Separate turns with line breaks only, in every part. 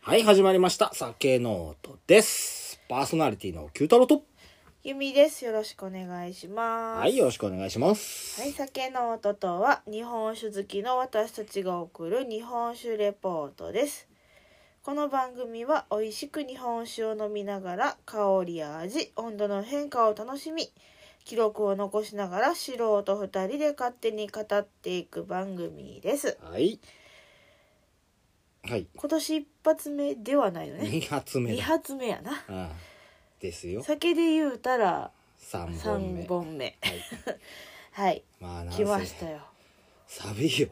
はい、始まりました。酒ノートです。パーソナリティの九太郎と。
ゆみです。よろしくお願いします。
はい、よろしくお願いします。
はい酒の音とは日本酒好きの私たちが送る日本酒レポートです。この番組は美味しく日本酒を飲みながら香りや味、温度の変化を楽しみ、記録を残しながら素人二人で勝手に語っていく番組です。
はい。はい。
今年一発目ではないのね。
二発目
二
だ。
発目やな。
うん。ですよ。
酒で言うたら
三本目。
三本目。
はい。
はい、
まあ、なん
来
せ
ましたよ。
寒いよ。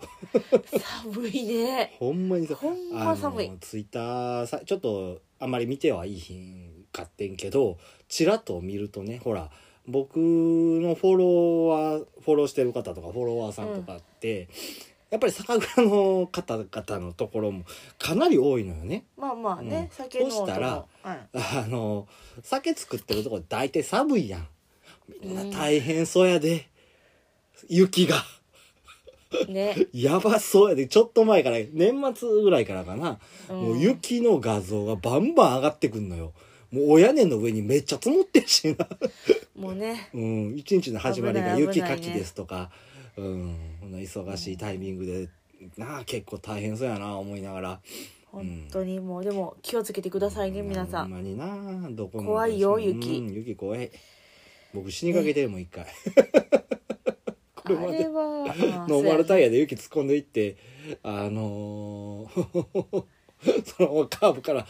寒いね。
ほんまにさ、
ほんま寒い
あのツイッターさ、ちょっとあんまり見てはいいひんかってんけど、ちらっと見るとね、ほら、僕のフォロワー、フォローしてる方とか、フォロワーさんとかって、やっぱり酒蔵の方々のところもかなり多いのよね。
まあまあね、
うん
酒の
そしたら
うん、
あの、酒作ってるとこ大体寒いやん。みんな大変そうやで。雪が。
ね、
やばそうやで、ちょっと前から、年末ぐらいからかな、
うん
もう雪の画像がバンバン上がってくんのよ。もうお屋根の上にめっちゃ積もってるしな。
もうね、
うん、一日の始まりが
危ない
雪
危ない
かきですとか、うん、こんな忙しいタイミングで、なあ、結構大変そうやな、思いながら。
本当にもうでも気をつけてくださいね、皆さ
ほん
ん。
まになどこも
怖いよ
うん
雪
雪怖い。僕死にかけてるもん、一回。
あれ
車で
はまあ
ノーマル
そう
タイヤで雪突っ込んでいって、あのー そのカーブから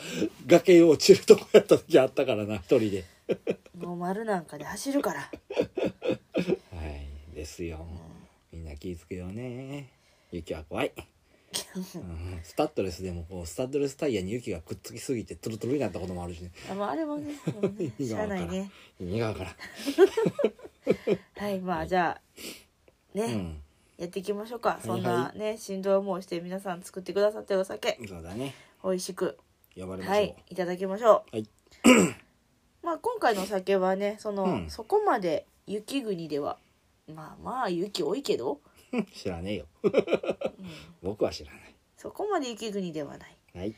崖落ちるとこやった時あったからな、一人で。
やねノーマルなんかで走るから。
はい、ですよ。みんな気ぃつけようね。雪は 怖い。うんスタッドレスでもこうスタッドレスタイヤに雪がくっつきすぎてトゥルトゥルになったこともあるし ね
あまああれはね、もうね
意味
知
がわ
ら
から
なんいね。
意味がわからん
はい、まあじゃあね、
うん
やっていきましょうか。そん
はいは
なね、振動もして皆さん作ってくださってるお酒、
そうだね
美味しく
呼ばれましょう、
はいいただきましょう。
はい
まあ今回のお酒はね、その、
うん
そこまで雪国ではまあまあ雪多いけど。
知らねえよ 僕は知らない
そこまで雪国ではない。
はい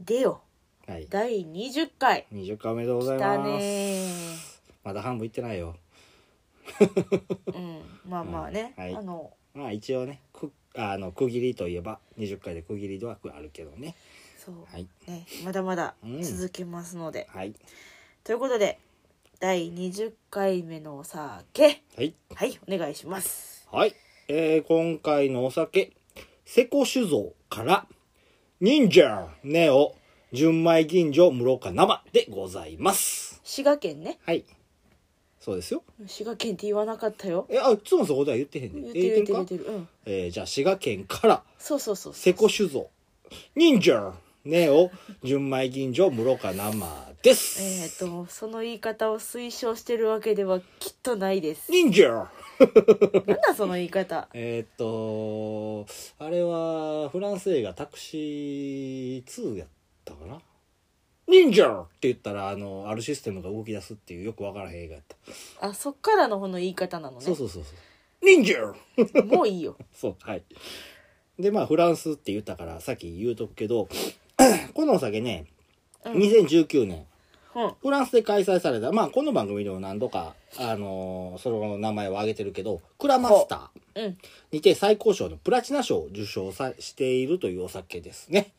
でよ、
はい
第20回。
20回おめでとうござい
だ
ます
ね
まだ半分いってないよ
ー。うん、まあまあね、
うんはい
あの、
まあ一応ねくあの区切りといえば20回で区切りではあるけどね
そう、
はい
ね、まだまだ
うん
続けますので。
はい
ということで、第20回目のお酒。
はい
はい、お願いします。
はい、えー、今回のお酒瀬古酒造から忍者ネオ純米吟醸室岡生でございます
滋賀県ね。
はいそうですよ
滋賀県って言わなかったよ。
えあいつもそこでは言ってへんね
言っ
ん
てる言っ
え
てる言
え
ってる。うん。
えーじゃあ滋賀県から
そうそうそうそ
瀬
う。
古酒造忍者ネオ純米吟醸室岡生です
えっ、と、その言い方を推奨してるわけではきっとないです。
忍者
なんだその言い方。
えーっとあれはフランス映画「タクシー2」やったかな「忍者!」って言ったらあのあるシステムが動き出すっていうよくわからへん映画やった、
あ、そっからのこの言い方なのね。
そうそうそうそう忍者
もういいよ。
そうはいでまあフランスって言ったからさっき言うとくけど このお酒ね
うん
2019年
うん。
フランスで開催されたまあこの番組でも何度かあのーその名前を挙げてるけどクラマスター
うん。
にて最高賞のプラチナ賞を受賞さしているというお酒ですね。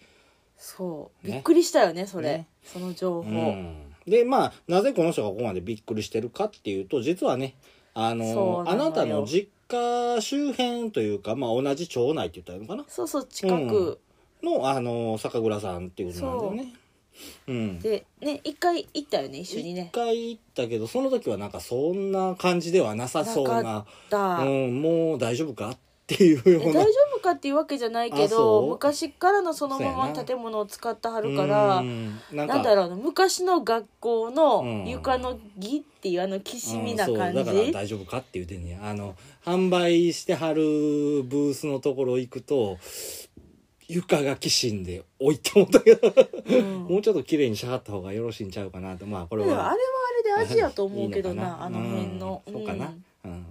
そう。
ね
びっくりしたよね、それ。
ね
その情報。
うんでまあなぜこの人がここまでびっくりしてるかっていうと実はねあ
そう
の
な
あ
のよ
なたの実家周辺というか、まあ、同じ町内って言ったらいいのかな
そうそう、近く
のあの酒蔵さんっていうことなんだよね。うん、
で、ね、一回行ったよね、一緒に
一
ね。
回行ったけどその時はなんかそんな感じではなさそう
なか
な
だ、
うん、もう大丈夫かっていうよ
え
う
大
な
丈夫かっていうわけじゃないけ
あそ
ど、
う
昔からのそのまま
そうやな
建物を使ってはるから
う、んな
なんだろうな、昔の学校の
うん
床の儀っていうあのきしみな
うんそ
感
うだから
じ。
大丈夫かって言うてんねやあの販売してはるブースのところ行くと床がきしんで置いてもったけ ど、
うん
もうちょっと綺麗にしはった方がよろしいんちゃうかなとまあこ
で
れ
もあれはあ
は
れで味やと思うけど
いい
な、あの辺の。
うんそうかな、うん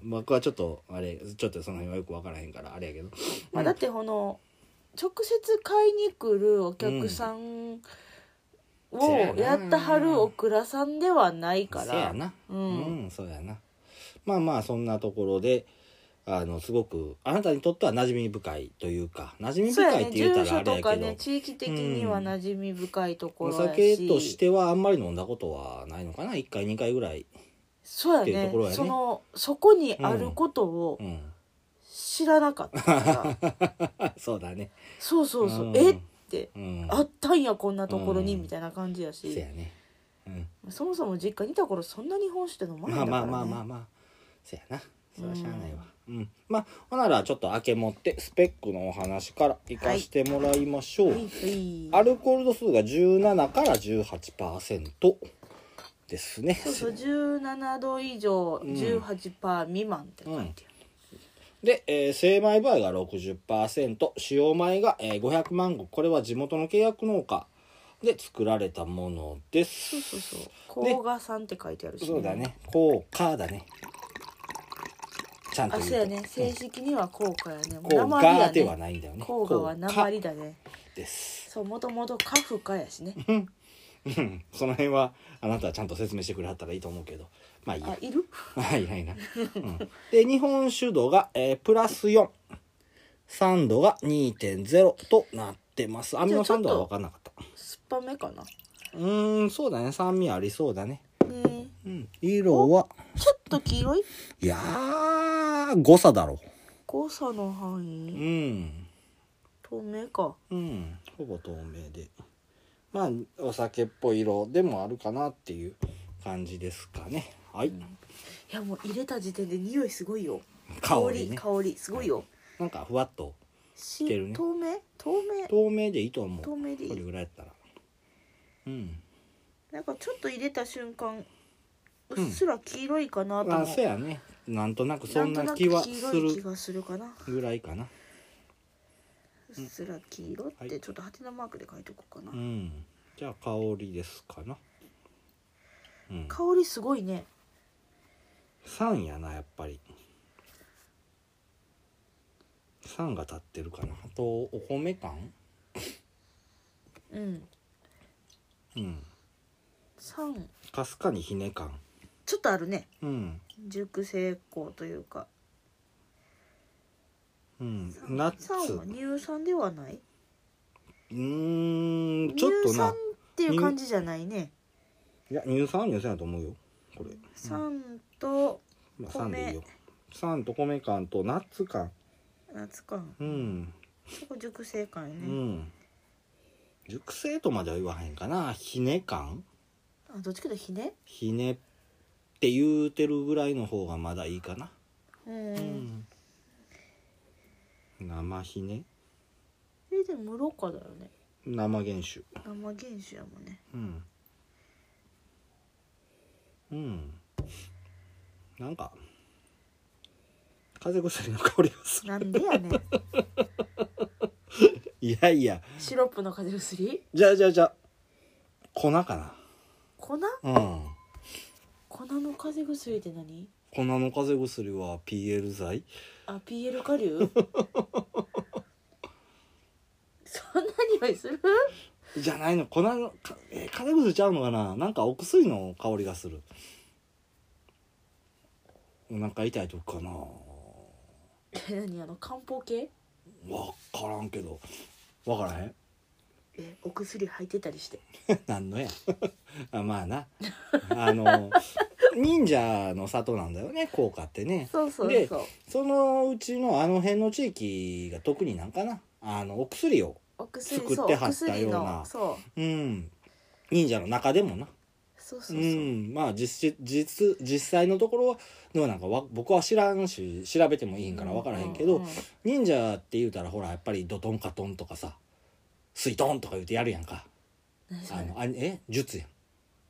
僕はちょっとあれちょっとその辺はよく分からへんからあれやけど、
まあ、だってこの直接買いに来るお客さんを
うん
やったはるお蔵さんではないか
そうや
ら
な
う
うんん、そうやなまあまあそんなところであのすごくあなたにとっては馴染み深いというか馴染み
そうや
深いっ
ね
て言った
住
ら
所
あれや
と
け
か
ど、
ね地域的には
うん
馴染み深いとこ
お
ろや
酒と
し
してはあんまり飲んだことはないのかな1回2回ぐらい、
そうや
っていうと
ね
ころやね
そのそこにあることを
うん、
知らなかった から、
そうだね
そうそうそううんえって
うん
あったんやこんなところに、
うん
みたいな感じや
そう
し
やね、うん、
そもそも実家にいた頃そんな日本酒って飲まない
ま
ん
あ
だか
ま
ら、
あ
ね、
まあまあまあそやなそれはしゃあないわうん、まあほならちょっと明け持ってスペックのお話からいかしてもらいましょう、
はいはい
アルコール度数が17から18%ですね
そうそう17度以上
ん
18%未満って書いてある、
で、えー精米場合が60%使用米が、えー500万石これは地元の契約農家で作られたものです
そうそうそう甲賀さんって書いてあるし、
そうだね効果だねちゃんと
あ
言う
そ
と
うやね正式には甲賀やねもう
効果
鉛だ
では
ね
ないんだよね
甲賀は鉛だね
効果です
そうもともとカフカやしね
うんその辺はあなたはちゃんと説明してくれはったらいいと思うけどまあいいや
あいる
はいはいはい。うん、で、日本酒度が、えープラス4。酸度が2.0となってます。アミノ酸度は分かんなかった。
酸っぱめかな
うーん、そうだね。酸味ありそうだね。
ね
うん。色は、
ちょっと黄色い
いやー、誤差だろ
誤差の範
う。う
囲
ん。
透明か
うん。ほぼ透明で。まあ、お酒っぽい色でもあるかなっていう感じですかね。はい。
いやもう入れた時点で匂いすごいよ
香りね。
香りすごいよ、
なんかふわっと。
し
してるね
透明透明
透明でいいと思う。
透明でいい
これぐらいやったら。うん。
なんかちょっと入れた瞬間うっすら黄色いかなと
ま
思
あ
う、
そうやねなんとなくそん
な
なん
となく
気はす
黄色い気
る
がするかな
ぐらいかな
うっすら黄色っ
は
て
い
ちょっとハテナマークで書いとこうかな、
うんじゃあ香りですかなうん
香りすごいね
酸やなやっぱり酸が立ってるかなあとお米感
うん
うん
酸
かすかにひね感
ちょっとあるね
うん
熟成香というか
うんナッツ
酸は乳酸ではないう
ーんちょっ
乳
と
酸っ
な
ていう感じじゃないね
いや乳酸は乳酸やと思うよこれ、
酸と
まあ、酸でいいよ酸と米感とナッツ感
夏感
うん
そこ熟成感よ
う
ね、
ん熟成とまでは言わへんかなひね感
あどっちかというとひね
ひねって言うてるぐらいの方がまだいいかな
うん、
うん生ひね
えでも無ろ過だよね
生原酒
生原酒やもんね
うんうんなんか風邪薬の香りがする
なんで やねん
いやいや
シロップの風邪薬
じゃあじゃあじゃあ粉か
粉
なうん
粉の風邪薬って何
粉の風邪薬は PL 剤
あ PL 顆 粒そんな匂いする
じゃないの粉のかえー風邪薬ちゃうのかななんかお薬の香りがするお腹痛いとこかな
え何あの漢方系
わからんけどわからへん
えお薬入ってたりして
なんのや あまあなあ の忍者の里なんだよね効果ってね
そうそう
そう
う
そのうちのあの辺の地域が特になんかなあのお薬を
お薬
作って
そうお
はった
薬
ような
のそう
うん忍者の中でもな
そうそう
う
そう、
んまあ実質実実際のところはでもなんかわ僕は知らんし調べてもいいんから分からへんけど、
うう
忍者って言うたらほらやっぱりドトンカトンとかさスイトンとか言うてやるやんか
何それ
あのあえ術やん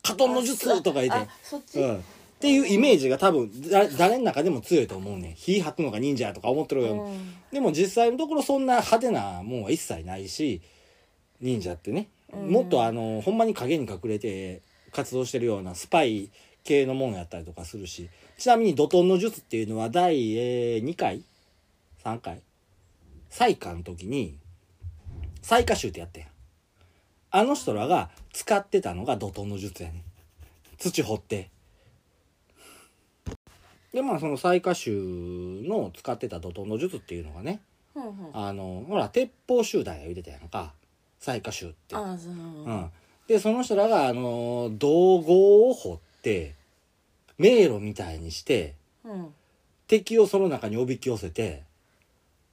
カトンの術とか言う
あ
て
あ、そっち、
うん、っていうイメージが多分だ誰の中でも強いと思うねん 火吐くのが忍者やとか思ってるよ、
うん
でも実際のところそんな派手なもんは一切ないし忍者ってね、
うん
もっとあのほんまに影に隠れて活動してるようなスパイ系のものやったりとかするしちなみに「怒涛の術」っていうのは第2回3回最下の時に雑賀衆ってやってんあの人らが使ってたのが怒涛の術やねん土掘ってでまあその雑賀衆の使ってた怒涛の術っていうのがね
うんうん
あのほら鉄砲集団や言うてたやんか雑賀衆って
あそう
うん、でその人らがあの道壕を掘って迷路みたいにして
うん
敵をその中におびき寄せて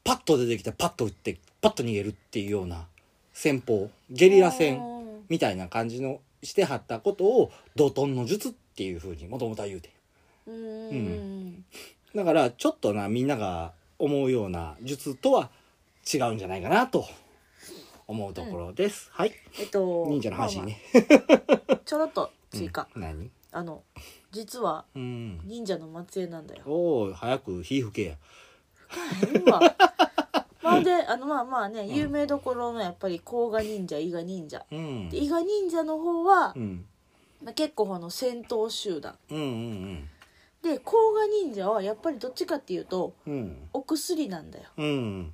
パッと出てきてパッと撃ってパッと逃げるっていうような戦法ゲリラ戦
うん
みたいな感じのしてはったことを怒涛の術っていうふうにもともとは言うて
うん
う
うん
だからちょっとなみんなが思うような術とは違うんじゃないかなと思うところです、はい
えっと
忍者の話
まあま
ね、
あちょろっと追加
うん何
あの実は
うん
忍者の末裔なんだよ
おお早く皮膚系や
変わまあであのまあまあね
ん
有名どころのやっぱり甲賀忍者伊賀忍者
うん
で伊賀忍者の方は
う、ん
まあ、結構この戦闘集団
うんうん
で甲賀忍者はやっぱりどっちかっていうと
うんうん
お薬なんだよ、
うん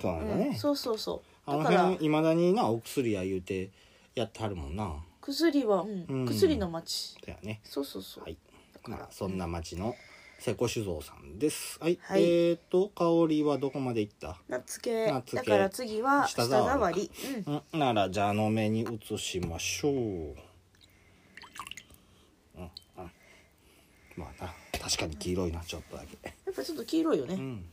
そうなんだ
う
ね
ん、、そうそうそう
あ
だ
の
から
辺いまだになお薬や言うてやってはるもんな
薬は、うん
うん
薬の町
だよね
そうそうそう、
はい
だから
まあそんな町の瀬古酒造さんですはい、
はい
えっ、ー、と香りはどこまでいった
夏系
夏系
だから次は
舌
舌
触り
触りう
ん
ん
ならじゃあの目に移しましょううんうんまあな確かに黄色いなちょっとだけ
やっぱちょっと黄色いよね、
うん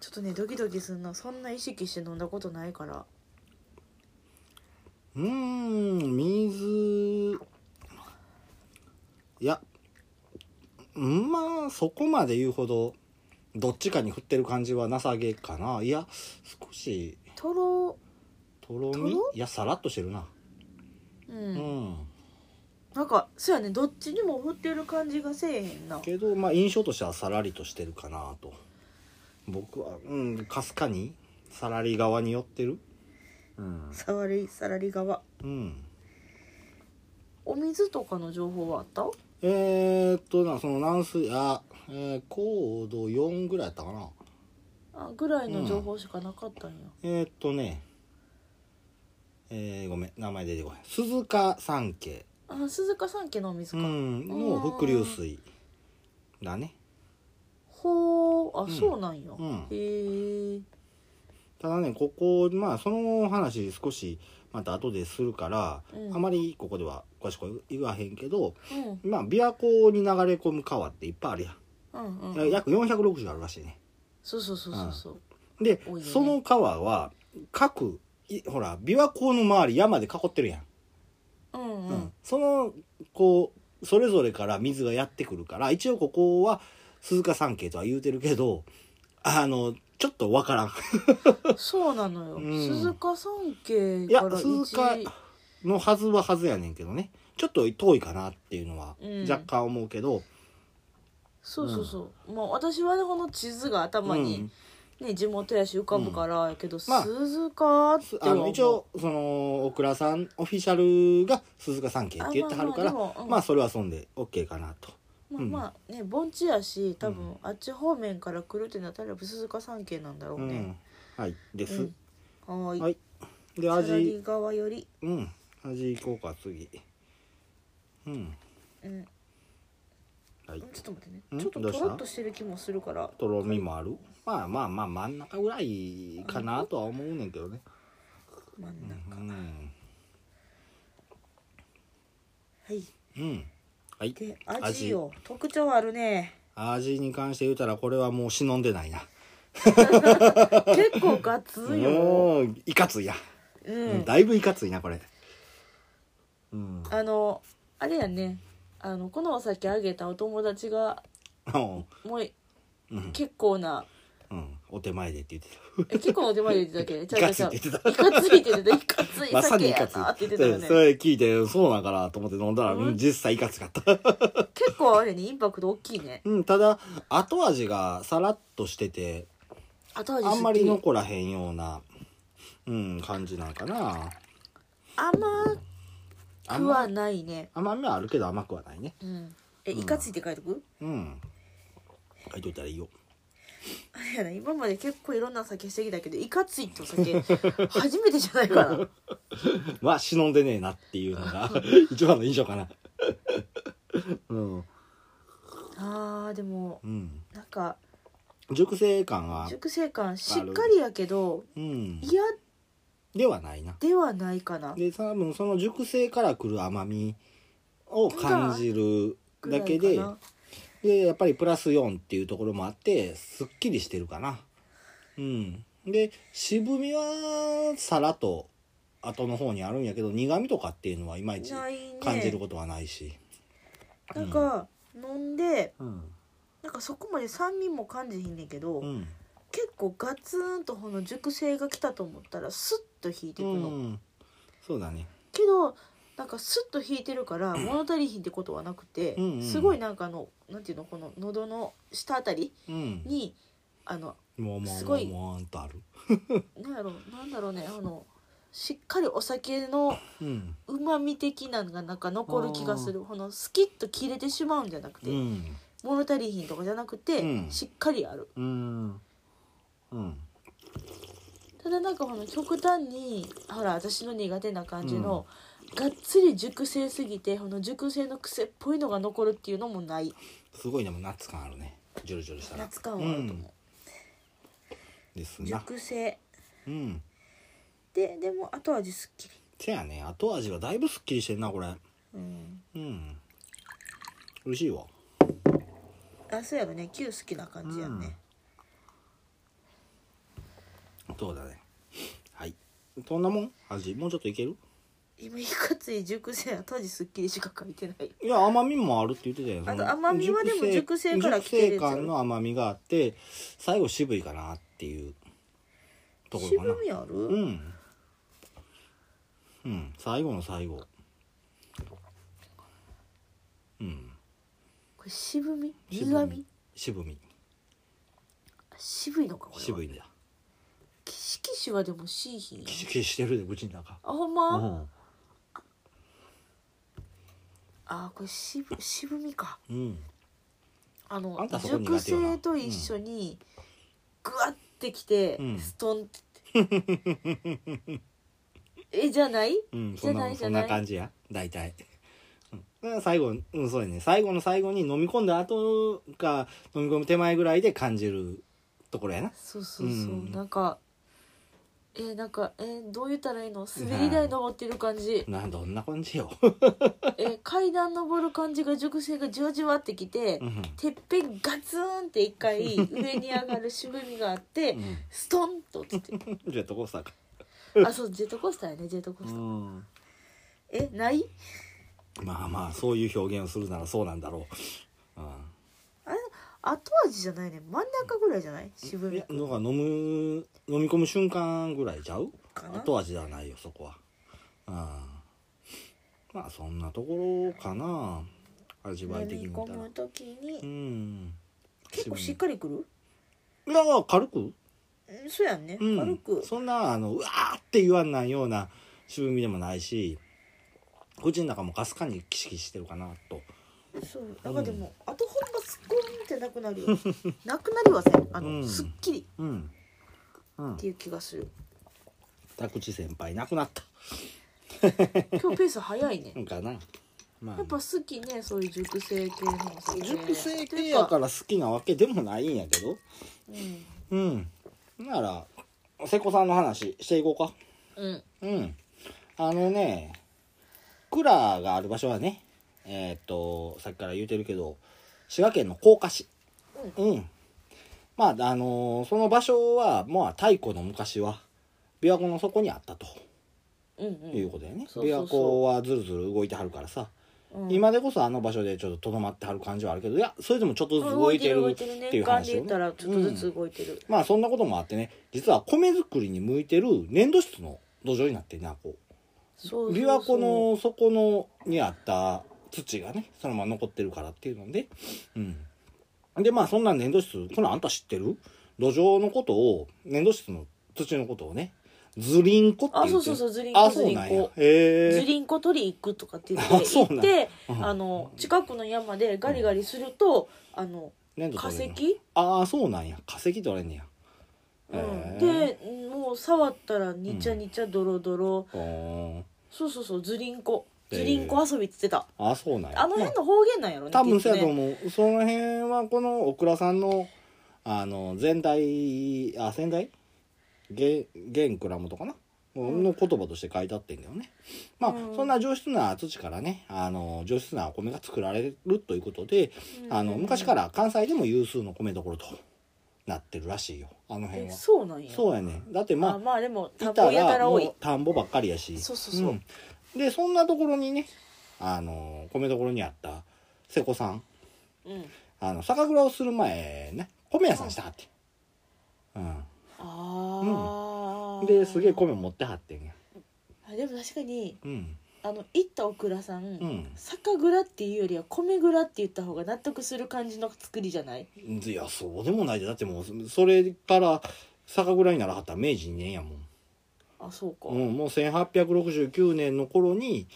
ちょっとねドキドキするなそんな意識して飲んだことないから
うーん水いやうんまあそこまで言うほどどっちかに振ってる感じはなさげかないや少し
とろ
とろみ
とろ
いやさらっとしてるな
うん、
うん
なんかそうやねどっちにも振ってる感じがせえへんな
けどまあ印象としてはさらりとしてるかなと僕はうんかすかにさらり側に寄ってるうん
触りさらり側
うん
お水とかの情報はあった
えー、っとなその軟水あえー、高度4ぐらいやったかな
あぐらいの情報しかなかったんや、
えー、っとね、えー、ごめん、名前出てこない。鈴鹿三景、
あ鈴鹿三家のお水
う
か、
ん、の伏流水だね。
ほうあ、
ん
そうなんや、
うん
へえ
ただね、ここ、まあ、その話少し、また後でするから、
うん
あまりここでは詳しく言わへんけど、
うん
まあ、琵琶湖に流れ込む川っていっぱいあるやん。
うん
え
うん
約460あるらしいね。
そうそうそうそうそう
で、
多いよね
その川は、各、いほら、琵琶湖の周り山で囲ってるやん。
うんう
うんん、そのこうそれぞれから水がやってくるから一応ここは鈴鹿三景とは言うてるけどあのちょっとわからん
そうなのよ、
うん
鈴鹿三家
いや
から
鈴鹿
一
のはずははずやねんけどねちょっと遠いかなっていうのは
うん
若干思うけど、
そうそうそう、まあ私はねこの地図が頭に、ね地元やし浮かぶからやけど、
まあ
鈴鹿って
す
は
あ
思
の
う
一応その大倉さんオフィシャルが鈴鹿三景って言ってはるから
あまあまあでもうん
まあそれはそんで OK かなと。
まあ
うん
まあね盆地やし多分あっち方面から来るってなったら鈴鹿山系なんだろ
う
うね、
んはいです。
うん、はーい
はいで
サラリ
味
ー側より
うん味いこうか次。うん
うん
はい
ちょっと待ってね
うん
ちょっと
どうし
と
た
ろっとしてる気もするから
とろみもあるまあまあまあ真ん中ぐらいかなとは思うねんけどね
真ん中
うん、
はい
うん、はい
で味よ特徴あるね
味味に関して言うたらこれはもう忍んでないな
結構ガツンよ
もういかついや、
う
うん
ん
だいぶいかついなこれうん
あのあれやねあのこのお酒あげたお友達が
お
もう
うん、
結構な
うん、お手前でって言って
え結構お手前で言って たっけ
いかついって言って
たいかついって言ってたいか つ
たま さ
い酒
にい
や
かつい
なって言ってたよ
そ
ね
れ聞いてそうなんかなと思って飲んだら、
うん
うん、実際いかつかった、
結構あれねインパクト大きいね
うん、ただ後味がさらっとしてて
後味すっ
あ
きり
んまり残らへんような、うん、感じなんかな
甘
あ
く
ん
は
ま
ないね
甘みはあるけど甘くはないね
うんえ
うん
いかついって書いとく
うん書いといたらいいよ
あれやな今まで結構いろんなお酒してきたけどいかついって お酒初めてじゃないかな
まあ忍んでねえなっていうのが 一番の印象かな うん
あーでも
うん
なんか
熟成感は
熟成感しっかりやけど
うん
嫌
ではないな
ではないかな
で多分その熟成からくる甘みを感じる
ぐらい
だ
かな
けででやっぱりプラス4っていうところもあってすっきりしてるかなうんで渋みはさらと後の方にあるんやけど苦味とかっていうのはいまいち
ないね
感じることはないし
なんか飲んで
うん
なんかそこまで酸味も感じひんねんけど、
うん
結構ガツンとこの熟成が来たと思ったらスッと引いて
う
くの、
んそうだね
けどなんかスッと引いてるから物足りひんってことはなくて、
うんうん
すごいなんかあのなんていうのこの喉の下あたり
うん
にあの
もうもう
す
も
ご
う
い
もうあんとある
なんやろなんだろうねあのしっかりお酒の
うん
うまみ的なのがなんか残る気がするこのスキッと切れてしまうんじゃなくて、
うん
物足りひんとかじゃなくて、
うん
しっかりある
うんうん
ただなんかこの極端にほら私の苦手な感じの、がっつり熟成すぎてこの熟成の癖っぽいのが残るっていうのもない
すごいでもナッツ感あるねジュルジュルしたら
夏感はあると思う、
うんですな
熟成
うん
ででも後味すっきり
せやね後味がだいぶすっきりしてんなこれ
うん
うん美味しいわ
あそうやろね旧好きな感じやね、
そうだねはいそんなもん味もうちょっといける
今いかつい熟成後味すっきりしか書いてない
いや甘みもあるって言ってたよ
あ
そ
と
の
甘みはでも熟成から来てるやつ
熟成感の甘みがあって最後渋いかなっていうところかな
渋みある、
うんうん最後の最後うん
これ渋み
渋
苦
み
み
渋み
渋いのかこれは
渋いんだ
キシキシはでもしいひんやん
キシキシしてるで口の中
あほんま、
うん
あこれ渋渋みか
うん
あの
あんたそこ苦
熟
手よな
成と一緒にグワってきて、
うん
ストンってえじゃない
うん、
じ
そ
ゃ
ん
な
ないそんな
じゃない
感じや大体、うん、で最後うんそうやね最後の最後に飲み込んだ後か飲み込む手前ぐらいで感じるところやな
そうそうそう、
うん
なんかえーなんかえーどう言ったらいいの滑り台登ってる感じ
なんどんな感じよ、
えー階段登る感じが熟成がじわじわってきて、
うん
てっぺんガツンって一回上に上がる渋みがあって、
うん、
ストンと落ちて
ジェットコースターか
あそうジェットコースターやねジェットコースター、
ん
えない
まあまあそういう表現をするならそうなんだろう、
後味じゃないね真ん中ぐらいじゃない
うん、
渋
い
み
やなんか飲む飲み込む瞬間ぐらいちゃう
かな
後味ではないよそこはうんまあそんなところかな味わい
飲
的に
み
見た
込
ら
む時
う
に
ん
結構しっかりくる
いや軽く、
うんそうやんね
うん、
軽く
そんなあのうわーって言わんないような渋みでもないし口の中もかすかにキシキシしてるかなと
そうなんかでも後本がすっこんってなくなるよ なくなりはせんあ
う
の
ん
すっきり
うんうん
っていう気がする
田口先輩亡くなった
今日ペース早いね
んかなま
やっぱ
あ
好きねそういう熟成系のお酒
熟成系やから好きなわけでもないんやけど
うん
うんなら瀬古さんの話していこうか
うん
うん。あのね、蔵がある場所はね、えーっと、さっきから言うてるけど、滋賀県の甲賀市。うん。まあ、あのーその場所は、まあ、太古の昔は、琵琶湖の底にあったと
うん
いううことだよね。
そうそうそう
琵琶湖はずるずる動いてはるからさ、
んうん
今でこそあの場所でちょっととどまってはる感じはあるけど、いや、それでもちょっとずつ動いてる
動い
って
る
てい
年
う
間
話
で
よ
言っ
ね
たらちょっとずつ動いてる
まあそんなこともあってね、実は米作りに向いてる粘土質の土壌になってんな、こう。
そうそうそう
琵琶湖の底のにあった土がねそのまま残ってるからっていうのでうんでまあそんな粘土質これあんた知ってる土壌のことを粘土質の土のことをねずりんこって言って
あそうそうそうずりんこ
あそうなん
ずりん
や
こ
へ
ず
え
りんこ取り行くとかって言って
あそう
行
なん
って
うん
あの近くの山でガリガリするとあの
粘土
化
取れんの
石、
ああそうなんや化石取れんねや
うん、
へ
でもう触ったらにちゃにちゃドロドロ、
あー
そうそうそうずりんこ
へー
ずりんこ遊びっつってた、
あーそうなんや
あの辺の方言なんやろね
多分
き
そうや
っ
と
ね
思うその辺はこのオクラさんのあの前代あ先代ゲゲンクラムとかな、
ん
の言葉として書いてあってんだよねまあ、
うん
そんな上質な土からねあの上質なお米が作られるということで、
うん
あの昔から関西でも有数の米どころとなってるらしいよあの辺
え
は
そうなんや
そうやねだってまあ
あまあでも
い
田ん
た
ぼやた
ら
ら
も
多いう
田んぼばっかりやし
そうそうそう
でそんなところにねあの米どころにあった瀬古さん
うん
あの酒蔵をする前ね米屋さんしてはって、う
ああ、
ん、ですげえ米持ってはってんや
あでも確かに
うん
あの行ったオクラさん、
うん
酒蔵っていうよりは米蔵って言った方が納得する感じの作りじゃない
いやそうでもないでだってもうそれから酒蔵にならはったら明治2年やもん、
あそうか、
うん、もう1869年の頃に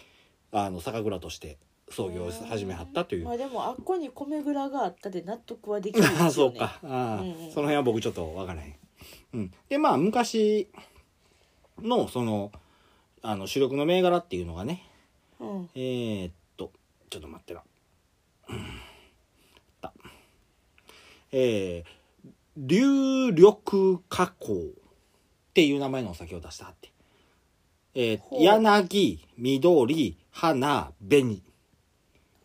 あの酒蔵として創業を始めはったという
まあでもあっこに米蔵があったで納得はできるんですよ、ね、
あそうかあー、
うんうん
その辺は僕ちょっとわからへん、うん、でまあ昔のそのあの主力の銘柄っていうのがね
うん
えー、っとちょっと待ってな、うんあったえー、流力加工っていう名前のお酒を出したってえ
ほ
ー、
う
柳緑花紅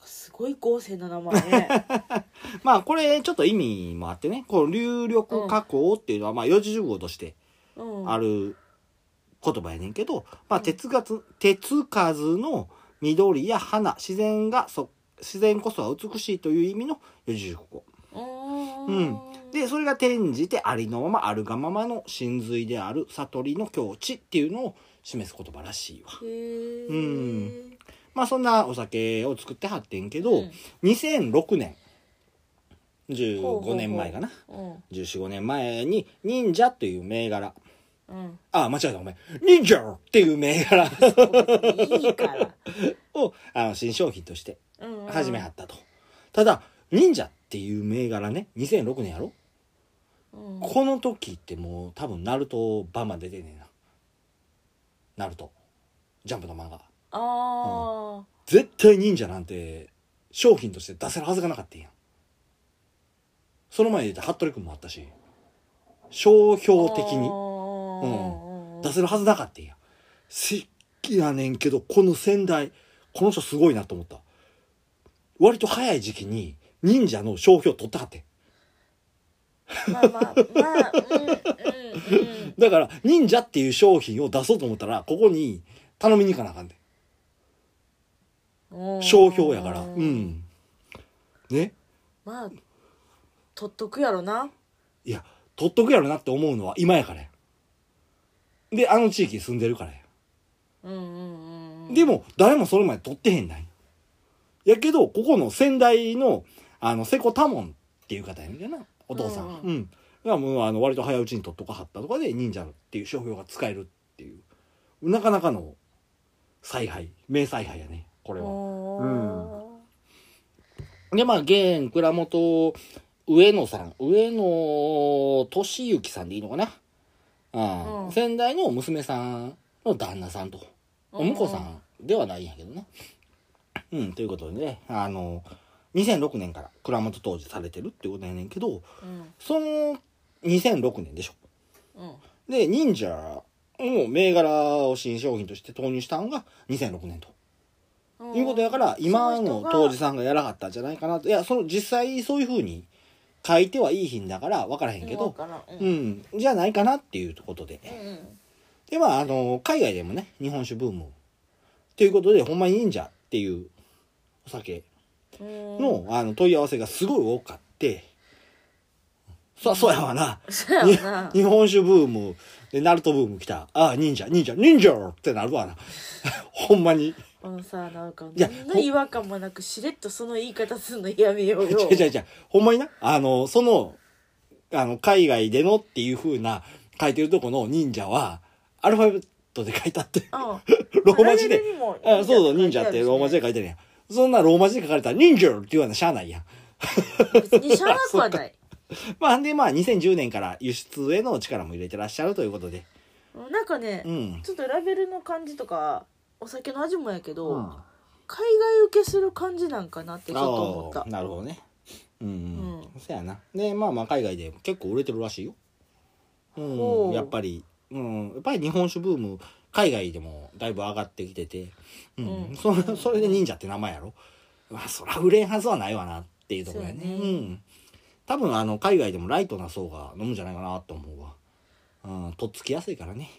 すごい豪勢な名前ね
まあこれちょっと意味もあってねこの流力加工っていうのはまあ四字熟語として
うん
ある言葉やねんけど、まあ、手つかず手つかずの緑や花自然がそ自然こそは美しいという意味の四字熟語
うーん
うんでそれが転じてありのままあるがままの真髄である悟りの境地っていうのを示す言葉らしいわ
へー
うんまあそんなお酒を作ってはってんけど、
うん
2006年
ほうほうほ
15
う
年前かな
うん
1415年前に忍者という銘柄
うん
あ、間違えた、お前。忍者っていう銘柄
いいから
を、あの、新商品として
うんうん
始めはったと。ただ、忍者っていう銘柄ね、2006年やろ
うん
この時ってもう多分、ナルトバンバン出てんねえな。ナルト。ジャンプの漫画。
あ
絶対忍者なんて、商品として出せるはずがなかったんやん。その前で言った服部君もあったし、商標
ー
的に。
うん
出せるはずなかったんや好きやねんけどこの先代この人すごいなと思った割と早い時期に忍者の商標取ったはってん
まあまあまあうんうんうん
だから忍者っていう商品を出そうと思ったらここに頼みに行かなあかんで
うん
商標やからうんね
まあ取っとくやろない
や取っとくやろなって思うのは今やからやであの地域に住んでるからや
うんうんうん
でも誰もそれまで取ってへんないやけどここの先代のあの瀬古多門っていう方やねんけどなお父さん
うん
うん、がもうあの割と早いうちに取っとかはったとかで忍者っていう商標が使えるっていうなかなかの采配名采配やねこれは。
お
でまあ現蔵元上野さん上野俊之さんでいいのかな、うん
うん
先代の娘さんの旦那さんと。お婿さんではないんや けどね。うん、ということでね、あの、2006年から蔵元当時されてるってことやねんけど、
うん
その2006年でしょ。
うん
で、忍者も銘柄を新商品として投入したのが2006年と。
うん
いうことやから、今
そ人
の
が
当時さんがやらはったんじゃないかなと。いや、その実際そういう風に書いてはいい品だから分からへんけ
今
ど、
からうん
うん、じゃないかなっていうことで。
うん
でまああの海外でもね日本酒ブームということでほんまに忍者っていうお酒
うん
の,、あの問い合わせがすごい多かってそそうやわな
そうやな
日本酒ブームでナルトブーム来たああ忍者忍者忍者ってなるわな ほんまに
このさなんか
いや
何の違和感もなくしれっとその言い方すんのやめよう
違
よ
う違う違うほんまになあのそのあの海外でのっていう風な書いてるとこの忍者はアルファベットで書いたって
うん
ローマ字で
ラベルにも
あそうそう、忍者って
書いあるしね
ローマ字で書いてるやん。そんなローマ字で書かれたら、忍者って言わなしゃあないやん。
別にしゃあなくはない
まあでまあ2010年から輸出への力も入れてらっしゃるということで
うんなんかね、
うん、
ちょっとラベルの感じとかお酒の味もやけど、
うん
海外受けする感じなんかなってちょっと思った
あーなるほどねうんうん、
う
そやなでまあまあ海外で結構売れてるらしいよ、う
ほ
ん、
う
やっぱり、うん、やっぱり日本酒ブーム海外でもだいぶ上がってきてて、うん
うん
そそれで忍者って名前やろまあそら売れんはずはないわなっていうところやね
そうや
う
ね
ん多分あの海外でもライトな層が飲むんじゃないかなと思うわ、うん、とっつきやすいからね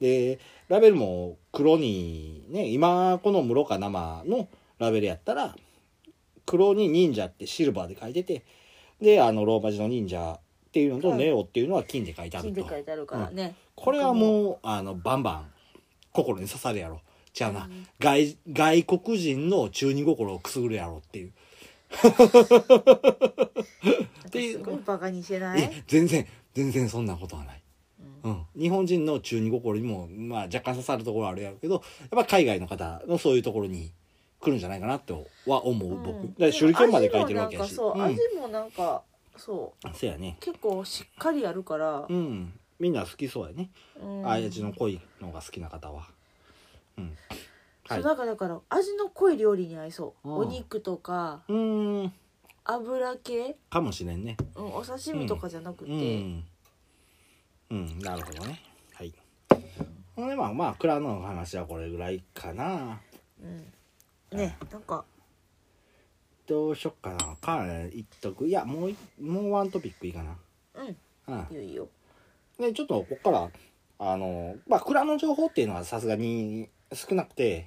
でラベルも黒にね今この室か生のラベルやったら黒に忍者ってシルバーで書いててであのローマ字の忍者っていうのと
はい
ネオっていうのは金で書いてある
金
と、
で書いてあるからね、
これはもうあのバンバン心に刺さるやろじゃあな、外外国人の中二心をくすぐるやろっていう
なんか
ていう
すごいバカにしてないい
や全然全然そんなことはない、うん日本人の中二心にも、まあ、若干刺さるところはあるやろうけどやっぱ海外の方のそういうところに来るんじゃないかなとは思う、僕だから手裏剣まで書いてるわけやし
味も
う
なんんかそう、味もなんかそう
そうやね
結構しっかりやるから
う、んみんな好きそうやね、
うん
あやじの濃いのが好きな方はうんは
そ
いう
なんかだから味の濃い料理に合いそう、
うん
お肉とか
うーん
油系、
かもしれんね
うん、お刺身とかじゃなく
う
て、
ん、うん、なるほどねはいほんでまあまあ蔵の話はこれぐらいかな
うんねなんか
どうしよっかなか一徳いやもういもうワントピックいいかな
うん
うん
いいよいいよ
でちょっとここからあのまあ蔵の情報っていうのはさすがに少なくて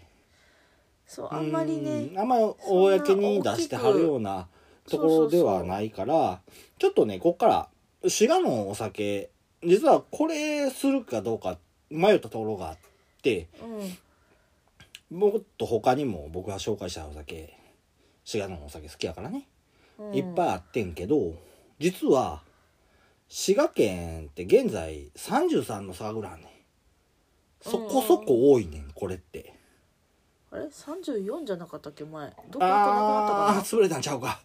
そうあんまりね
うんあんまり公に出してはるようなところではないからちょっとねこっから滋賀のお酒実はこれするかどうか迷ったところがあって
うん
もっと他にも僕が紹介したお酒滋賀のお酒好きやからね、
うん
いっぱいあってんけど実は滋賀県って現在33の酒蔵あんねんそこそこ多いねんこれって。
あれ34じゃなかったっけ前どこかなくな
あ
っ
あー潰れたんちゃうか。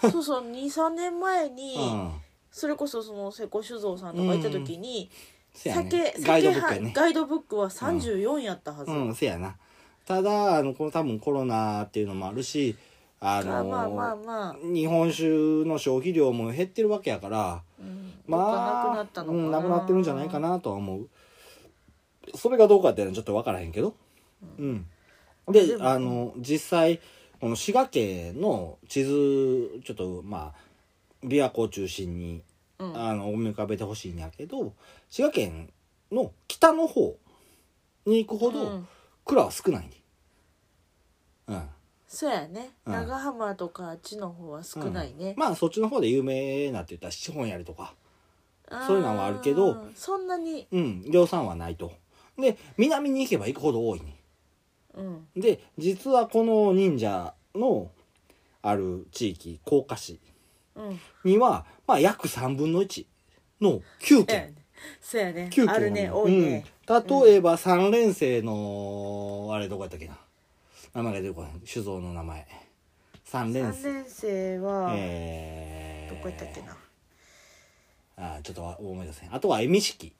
たかなそうそう23年前に、
うん
それこそその瀬古酒造さんとか行った時に、
せやね
酒、
ガイ
酒
ドブック
は
やね
ガイドブックは34やったはず、
うんせやなただあのこの多分コロナっていうのもあるしあ
まあ
の
まあまあまあ、
日本酒の消費量も減ってるわけやから
うん、
まあ
どっかなくなったのかな、
うん、なくなってるんじゃないかなとは思うそれがどうかっていうのはちょっと分からへんけどうん、で
でも
あの実際この滋賀県の地図ちょっとまあ琵琶湖を中心に
うん
あの思い浮かべてほしいんやけど滋賀県の北の方に行くほど、
うん
蔵は少ないねうん
そうやね、
うん
長浜とかあっちの方は少ないね、
まあそっちの方で有名なって言ったら七本槍とかそういうのはあるけど
ーそんなに
うん量産はないとで南に行けば行くほど多いね
うん
で実はこの忍者のある地域甲賀市
うん
にはまあ約3分の1の9
そうやね
件
そうやね
9件
あるね多いね、
うん、例えば3連生の、あれどこやったっけな名前が出てこない酒造の名前3連
3
生
年生は、
えー
どこやったっけな
あーちょっと思い出せんあとは江見式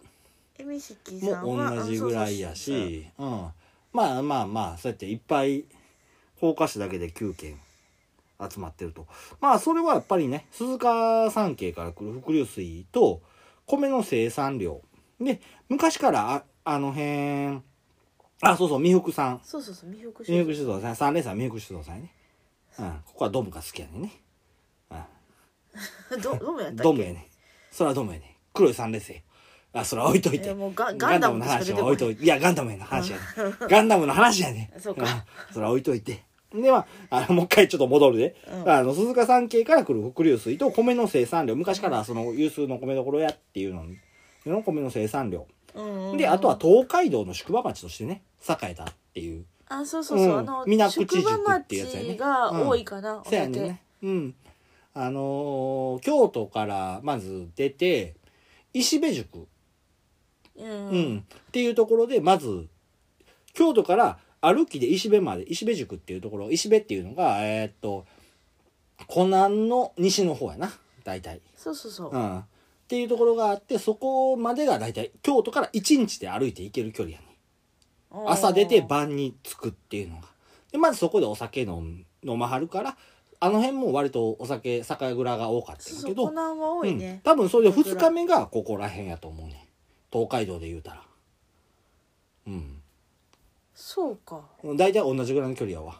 えみしきさんは
も同じぐらいや
あそうそうそう
しうんまあまあまあそうやっていっぱい放火市だけで9件集まってるとまあそれはやっぱりね鈴鹿山系から来る伏流水と米の生産量で昔からああの辺あそうそう三福さん
そうそうそう未福
三
酒
福酒造さん三連さん三福酒造さんやね、うん、ここはドムが好きやねんね、うん、
どどうやった
ド
っ
ム
け
やねそらドムやね黒い三連星あそら置いといて、
えーもうガンガンダム
の
の話
話
しか出
は
て
置いと
こない
いていやガンダムへの話やねガンダムの話やね
そうか
んそら置いといてでまああのもう一回ちょっと戻るで、
うん
あの鈴鹿山系から来る伏流水と米の生産量昔からその有数の米どころやっていうのにの米の生産量
うんうん
であとは東海道の宿場町としてね栄えたっていう
あそうそうそう、
うん
あの
水口
宿場
宿っていうやつやね
町が多いかな、お
そうやね
酒、
んね。うん。あのー京都からまず出て、石部宿、
うん、
うん、っていうところで、まず、京都から歩きで石部まで、石部宿っていうところ、石部っていうのが、えーっと、湖南の西の方やな大体、、
そうそうそううん
っていうところがあってそこまでが大体京都から1日で歩いて行ける距離やね朝出て晩に着くっていうのがでまずそこでお酒飲ん飲まはるからあの辺も割とお酒酒蔵が多かったんや
そ
け
う
ど
湖南は多いね
うん、、多分それで2日目がここら辺やと思うね東海道で言うたらうん
そうか
大体同じぐらいの距離やわ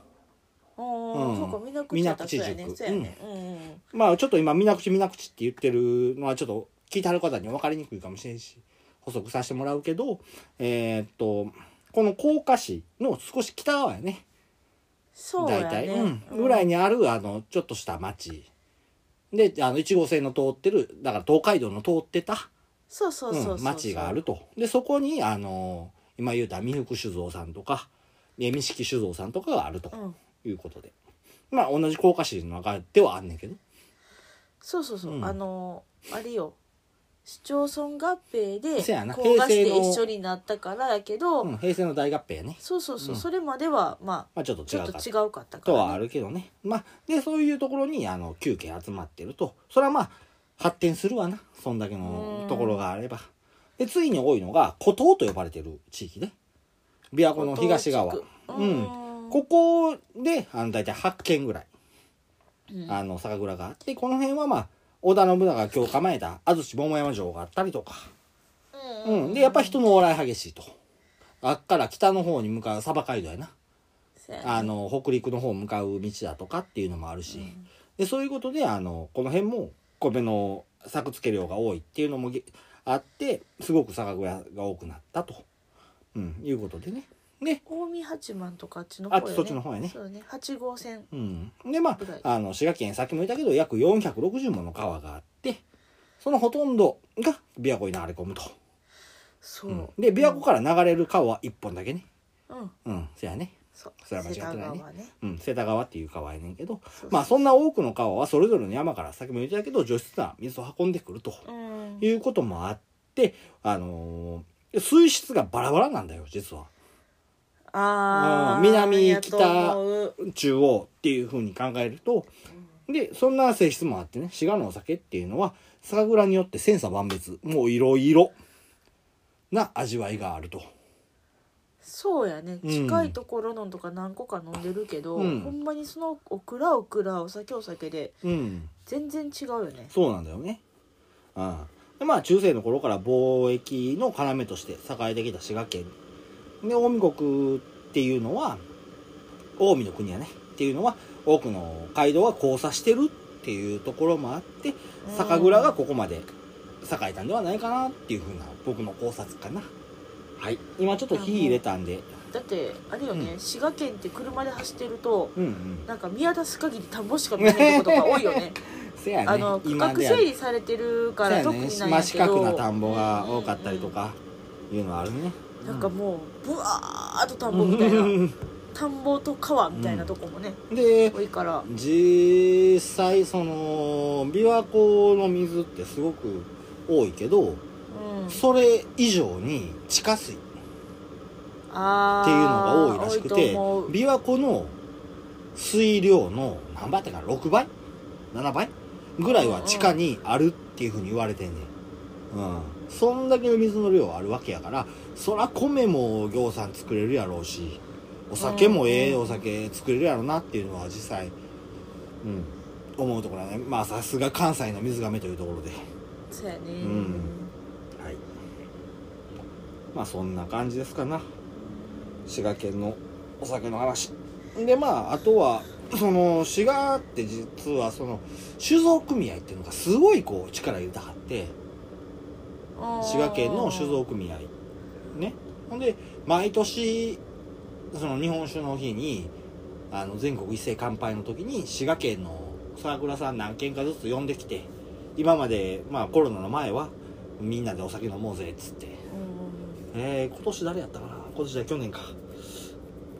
あ
う
ー
ん
そうか水口やったらそうやね
水口
そ
塾
うやねうんうん
まあちょっと今「水口水口」って言ってるのはちょっと聞いてはる方には分かりにくいかもしれんし補足させてもらうけどえーっとこの甲賀市の少し北側やね
そう
大
や
体、
ね
うん、ぐらい
に
にあるあのちょっとした町であの1号線の通ってるだから東海道の通ってた
そうそうそうそう
うん、町があるとでそこにあの今言うた三福酒造さんとかえ三式酒造さんとかがあると
うん
いうことで、まあ同じ甲賀市の中ではあんねんけど
そうそうそう、
うん
あのあれよ市町村合併で
せやな
合
平
賀市
成
で
の
一緒になったからやけど、
うん、平成の大合併やね、
そうそうそう、
うん
それまではまあ
まあ、ちょっと
ち
違
ょっ
う
と
か
違うかったか
と
ら、ね、
はあるけどねまあでそういうところにあの9軒集まってるとそれはまあ発展するわなそんだけのところがあればでついに多いのが古島と呼ばれてる地域ね琵琶湖の東側
ここ
う
うん
ここであの大体8軒ぐらい
うん
あの酒蔵があってこの辺はまあ織田信長が今日構えた安土桃山城があったりとか、
う
うんん、でやっぱ人の往来激しいとあっから北の方に向かう鯖街道やな
せやね
あの北陸の方向かう道だとかっていうのもあるし、でそういうことであのこの辺も米の作付け量が多いっていうのもげあってすごく酒蔵が多くなったと、うん、いうことでね。で
近江八幡とかあっちの方やね
あそっちの方やね
そうね八号線
うん、でま
ぐらい
ああの滋賀県さっきも言ったけど約460もの川があってそのほとんどが琵琶湖に流れ込むと、
そう、
うんで琵琶湖から流れる川は1本だけね
うん
うんせやね、
そう
それは間違ってないね
世田川ね
うん、瀬田川っていう川やねんけど
そうそう
まあそんな多くの川はそれぞれの山からさっきも言ったけど除湿な水を運んでくると
うん
いうこともあってあのー水質がバラバラなんだよ実は
あー
うん南
やと思う
中央っていうふうに考えるとでそんな性質もあってね滋賀のお酒っていうのは酒蔵によって千差万別もういろいろな味わいがあると
そうやね
うん
近いところのとか何個か飲んでるけど、
うん
ほんまにそのオクラオクラお酒お酒で
うん
全然違うよね
そうなんだよねうんでまあ中世の頃から貿易の要として栄えてきた滋賀県で近江国っていうのは近江の国やねっていうのは多くの街道が交差してるっていうところもあって酒蔵がここまで栄えたんではないかなっていうふうな僕の考察かなはい今ちょっと火入れたんで
だってあれよね、
うん
滋賀県って車で走ってると
うんうん
なんか見渡す限り田んぼしか見えないとことか多 いよね
せやね
あの区
今
画
で
整理されてるから、
そう
特
やね
にないん
ま
や
あ
け
四
ど
角な田んぼが多かったりとかいうのはあるね、
うんうんなんかもうブワーっと田んぼみたいな、田んぼと川みたいなとこもね、
で
多いから
実際その琵琶湖の水ってすごく多いけど
うん
それ以上に地下水
あー
っていうのが多いらしく
多い
て
と思う
琵琶湖の水量の何倍ってか6倍7倍ぐらいは地下にあるっていうふうに言われてんねん、うん、そんだけの水の量あるわけやからそら米もぎょうさん作れるやろうしお酒もええ
うん
お酒作れるやろなっていうのは実際、うん、思うところはねまあさすが関西の水がめというところで
そうやね、
んはいまあそんな感じですかな滋賀県のお酒の話でまああとはその滋賀って実はその酒造組合っていうのがすごいこう力入れたはって
うん
滋賀県の酒造組合ねほんで毎年その日本酒の日にあの全国一斉乾杯の時に滋賀県の酒蔵さん何軒かずつ呼んできて今までまあコロナの前はみんなでお酒飲もうぜっつって
うん
えー、今年誰やったかな今年じゃ去年か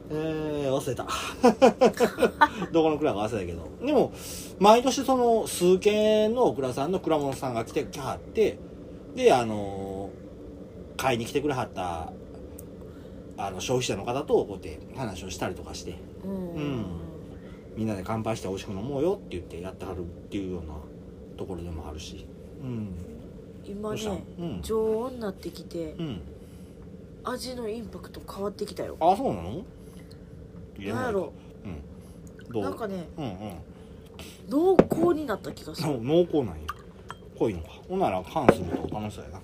えー、忘れた どこの蔵か忘れたけどでも毎年その数軒の蔵さんの蔵物さんが来てきはってであのー買いに来てくれはったあの消費者の方とこうやって話をしたりとかして
うん
うんみんなで乾杯して美味しく飲もうよって言ってやってはるっていうようなところでもあるしうん
今
どうした
ね
うん
常温になってきて
うん
味のインパクト変わってきたよ
あそうなの入れ
なん
な
や
い
ろ
うんどう
なんかね
うんうん
濃厚になった気がする
の濃厚なんや濃いのかほんなら缶すると楽しそうやな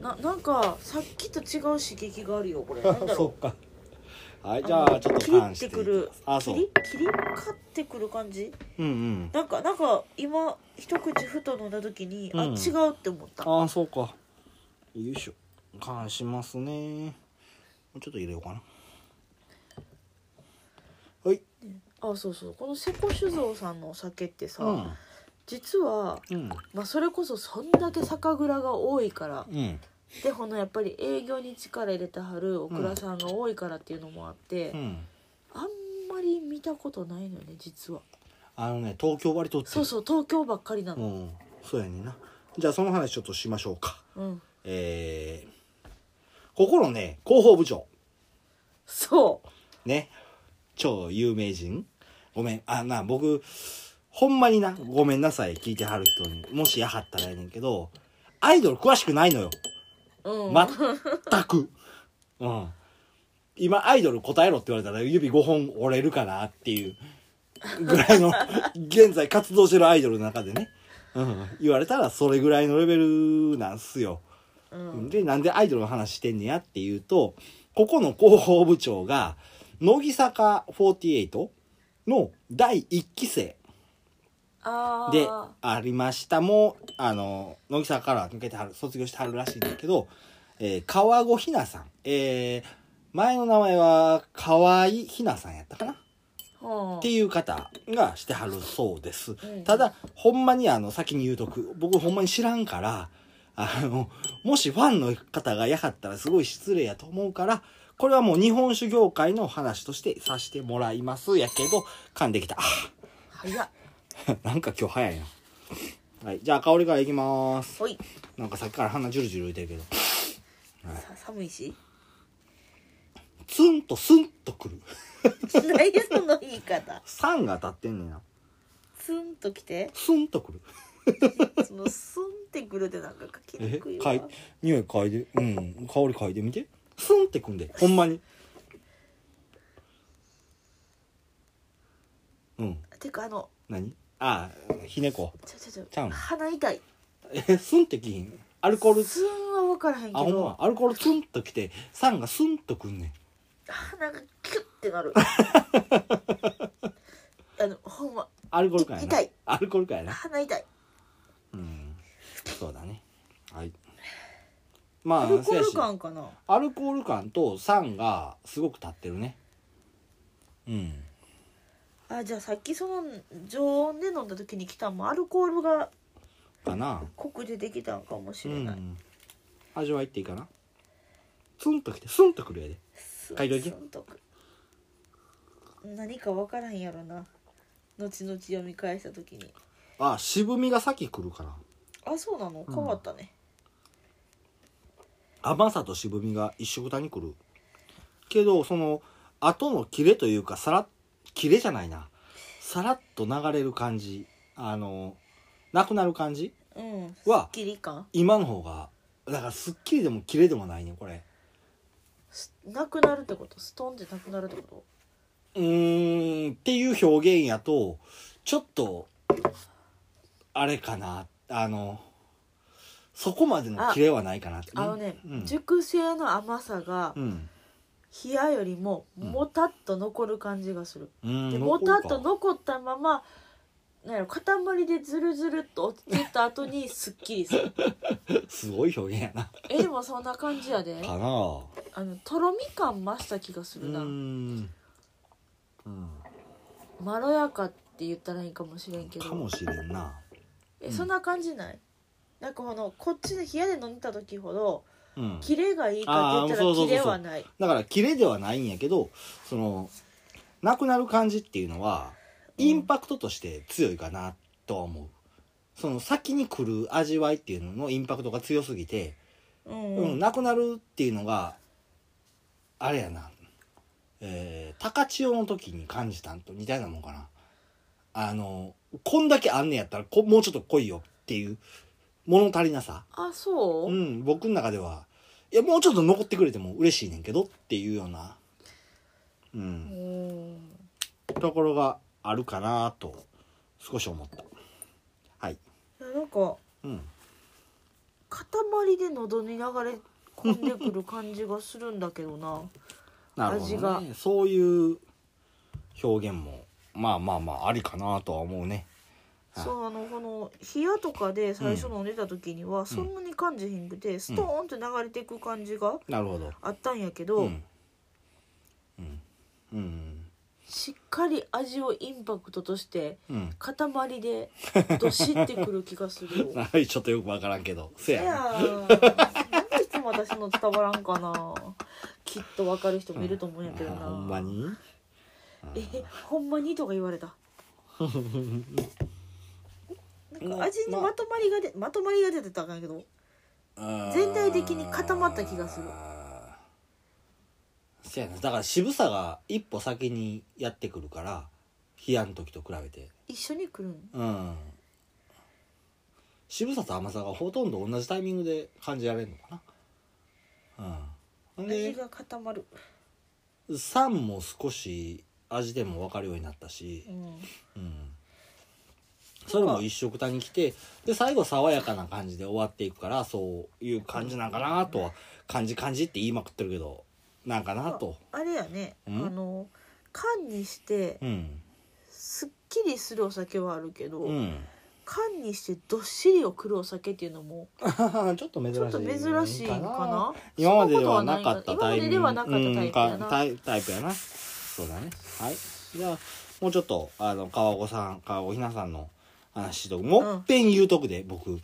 ななんかさっきと違う刺激があるよこれなんだろ
っかは
う
いじゃあちょっと缶し
切
て
ってくる
あそ
切
う
り切りかってくる感じ
うんうん
なんかなんか今一口ふと飲んだ時に、あ
うん
違うって思った
ああそうかよいしょ缶しますねもうちょっと入れようかなはい
あそうそうこの瀬古酒造さんのお酒ってさ、
うん
実は、
うん
まあ、それこそそんだけ酒蔵が多いから
うん
でほのやっぱり営業に力入れてはるお蔵さんが多いからっていうのもあって、
うん
あんまり見たことないのよね実は
あのね東京割と売ってる
そうそう東京ばっかりな
う
の
んそうやねんなじゃあその話ちょっとしましょうか
うん
えー、ここのね広報部長
そ
ね超有名人ごめんあな僕ほんまになごめんなさい聞いてはる人にもしやはったらやねんけどアイドル詳しくないのよ
ううん、
全くうん今アイドル答えろって言われたら指5本折れるかなっていうぐら いの現在活動してるアイドルの中でね、うん、言われたらそれぐらいのレベルなんすよ
うん、
でなんでアイドルの話してんねやっていうとここの広報部長が乃木坂48の第1期生
あ
で
あ
ありましたもうあの乃木坂から抜けてはる卒業してはるらしいんだけど、えー川越ひなさん、えー前の名前は河合ひなさんやったかな
はあ
っていう方がしてはるそうです、
ん
ただほんまにあの先に言うとく僕ほんまに知らんからあのもしファンの方がやかったらすごい失礼やと思うからこれはもう日本酒業界の話としてさしてもらいますやけど噛んできたあ
早っ
なんか今日早いなはいじゃあ香りからいきます
ほい
なんかさっきから鼻ジュルジュル言うてるけど
さ寒いし
ツンとスンとくる
何やその言い方
酸が当たってんねんな
スンときて
スンとくる
そのスンってくるってなんか書きに
え
くい
か
わ
い匂い嗅いでうん香り嗅いでみてスンってくんでほんまにうん
てかあの
何ああひねこ
ちょちょ
ち
ち
ゃう
ょ
の
鼻痛い
えスンってきひんアルコール
スンは分からへん
あ
け
ほんま
ど
アルコールツンときて酸がスンとくんねん
鼻がキュッ てなるあのほんま
アルコールかやな
痛い
アルコールかやな
鼻痛い
うんそうだねはいまあ
アルコール
せやし
感かな
アルコール感と酸がすごく立ってるねうん
あじゃあさっきその常温で飲んだ時に来たんもアルコールが
かな
濃く出てきたんかもしれない、
うん、味わいっていいかなツンときてスンとくるやで
スン
嗅いどいて
スンとく何か分からへんやろな後々読み返した時に
あ渋みが先くるから
あそうなの変わったね、
甘さと渋みが一緒たにくるけどその後のキレというかさらキレじゃないなさらっと流れる感じあのなくなる感じ
うん、す
うわ
っきり感
今の方がだからすっきりでもキレでもないねこれ
すなくなるってことストンってなくなるってこと
うーんっていう表現やとちょっとあれかなあのそこまでのキレはないかなって
あのね、
うん
熟成の甘さが
うん
冷やよりももたっと残る感じがする、
うん
でも
残る
たっ
か
と残ったままなんやろ塊でズルズルっと落ちてった後にすっきりす る
すごい表現やな
えでもそんな感じやで
かなあ
あのとろみ感増した気がす
う
る
ー
な、
んうん
まろやかって言ったらいいかもしれんけ
か
ど
もしれんな
えそんな感じないなんかこのこっちで冷やで飲んだ時ほど
うん
キレがいいかって言った
あーそ
ら
うそうそうそう
キレはない
だからキレではないんやけどそのなくなる感じっていうのはインパクトとして強いかなとは思う、その先に来る味わいっていうののインパクトが強すぎて、
うん、
うん、なくなるっていうのがあれやなえー高千代の時に感じたんと似たようなもんかなあのこんだけあんねやったらこもうちょっと来いよっていう物足りなさ
あそう、
うん僕の中ではいやもうちょっと残ってくれても嬉しいねんけどっていうようなうん
うん
ところがあるかなと少し思ったはい
いやなんか
うん
塊で喉に流れ込んでくる感じがするんだけ どな
なるほ
味
ど
が
ねそういう表現もまあまあまあありかなとは思うねはい
そうあのこの冷やとかで最初飲んでた時にはそんなに感じひんくて、ストーンって流れていく感じが
なるほど
あったんやけど、
うんうんうん
しっかり味をインパクトとして
うん。
塊でどしってくる気がするよ
はいちょっとよくわからんけどせ
いや
や
ーなんでいつも私の伝わらんかなきっと分かる人もいると思うんやけど
な
な、
ほんまに
えほんまにとか言わ れたなんか味にまとまりがでまとまりが出てたらあかんやけど全体的に固まった気がする
あーせやなだから渋さが一歩先にやってくるから冷やの時と比べて
一緒に来るん
うん渋さと甘さがほとんど同じタイミングで感じられるのかなうんほん
味
で
が固まる、
酸も少し味でも分かるようになったし
うん、
うんそれも一緒くたに来てで最後爽やかな感じで終わっていくからそういう感じなんかなとは感じ感じって言いまくってるけどなんかなと
あれやねあ
うん
の缶にして
うん
すっきりするお酒はあるけど、
うん
缶にしてどっしりをくるお酒っていうのも
あはは ちょっと珍し
ちょっ
い
と珍しいかな
今までではなかった
そんなことは
タ
ない
イプ
が今までではなか
う
ったタイプやな
んかタイタイプやなそうだねはいじゃあもうちょっとあの川子さん川子ひなさんの話ともっぺん言うとくで、僕
うん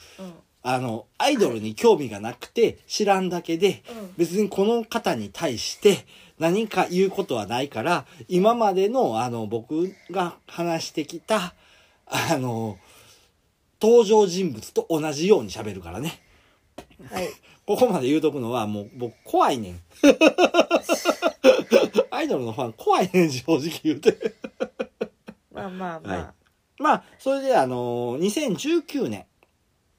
あのアイドルに興味がなくて知らんだけで、
うん
別にこの方に対して何か言うことはないから今までのあの僕が話してきたあの登場人物と同じように喋るからね
はい
ここまで言うとくのはもう僕怖いね んアイドルのファン怖いねん正直言うて
まあまあま
まあそれであの2019年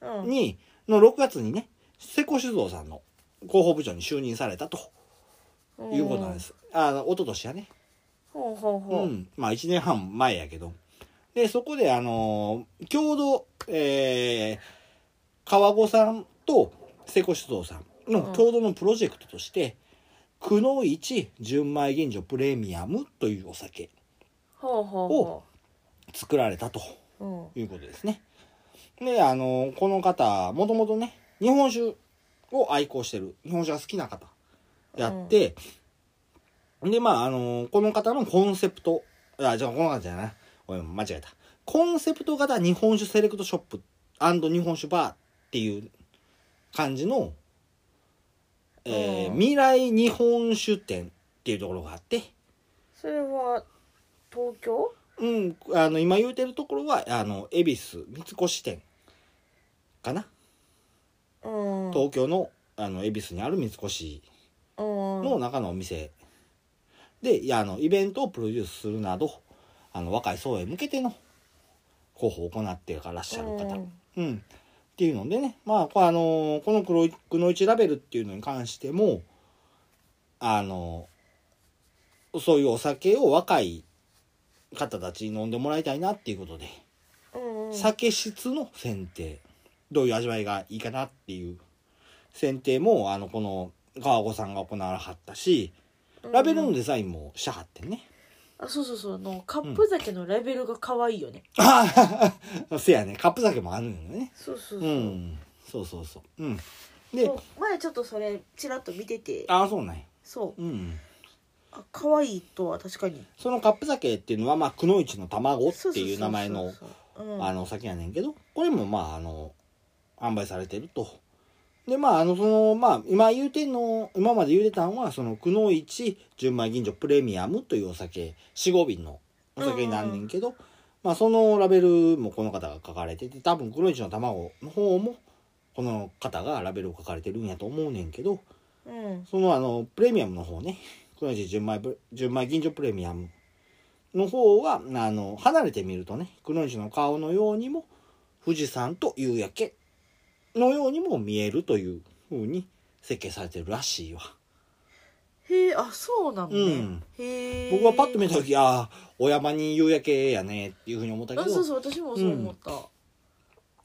あ、うん
にの6月にね瀬古酒造さんの広報部長に就任されたということなんですす、あの一昨年やね
ほうほうほう、
うん、まあ1年半前やけどでそこであのー共同、えー川子さんと瀬古酒造さんの
うん
共同のプロジェクトとして「くのいち純米吟醸プレミアム」というお酒
ほうほうほ
作られたと
ううん
いうことですね。であのーこの方もともとね日本酒を愛好してる日本酒が好きな方やって、でまああのこの方のコンセプトあじゃあこの方じゃないごめん間違えたコンセプト型日本酒セレクトショップ日本酒バーっていう感じの、えー
うん
未来日本酒店っていうところがあって、
それは東京
うん、あの今言うてるところはあの恵比寿三越店かな、
うん
東京のあの恵比寿にある三越
うん
の中のお店でいやあのイベントをプロデュースするなどあの若い層へ向けての広報を行っていらっしゃる方、
うん
うんっていうのでね、まあこうあのこの黒い「くのいちラベル」っていうのに関してもあのそういうお酒を若い方たちに飲んでもらいたいなっていうことで、
うんうん
酒質の選定どういう味わいがいいかなっていう選定もあのこの川子さんが行われはったしラベルのデザインもしはってね、
あそうそうそうあのカップ酒のラベルが可愛いよね、
ああせやねカップ酒もあるんだよね
そうそう
う
そう、
んそうそうそううんで
そう前ちょっとそれちらっと見てて
ああそうなんや
そう
うん
あ可愛いとは確かに
そのカップ酒っていうのはまあくのいちの卵
そ
っていう名前の
そうそうそう
あのお酒やねんけどこれもまああの販売されてるとでまああのそのまあ今言うてんの今まで言うてたんはその「くのいち純米吟醸プレミアム」というお酒四合瓶のお酒になんねんけど、まあそのラベルもこの方が書かれてて多分「くのいちの卵」の方もこの方がラベルを書かれてるんやと思うねんけど
うん、うん
そのあのプレミアムの方ね黒石純米プ純米吟醸プレミアムの方はあの離れてみるとね黒石の顔のようにも富士山と夕焼けのようにも見えるというふうに設計されてるらしいわ。
へえあそうなのね、
うん
へえ
僕はパッと見た時ああお山に夕焼けやねっていうふうに思ったけ
あそう
ど
そう私もそう思っ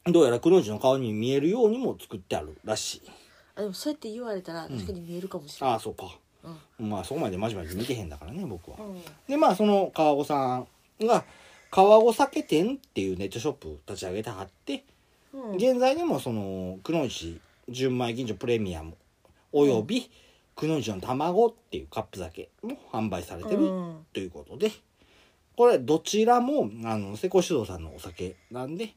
た、
どうやら黒石の顔に見えるようにも作ってあるらしい。
あでもそうやって言われたら確かに見えるかもしれない、
ああそうか。
うん
まあそこまでまじまじ見てへんだからね僕は。
うん
でまあその川子さんが川子酒店っていうネットショップを立ち上げてはって、
うん
現在でもその黒石純米吟醸プレミアムおよび黒石の卵っていうカップ酒も販売されて
う
る
ん
ということで、これどちらもあの瀬古酒造さんのお酒なんで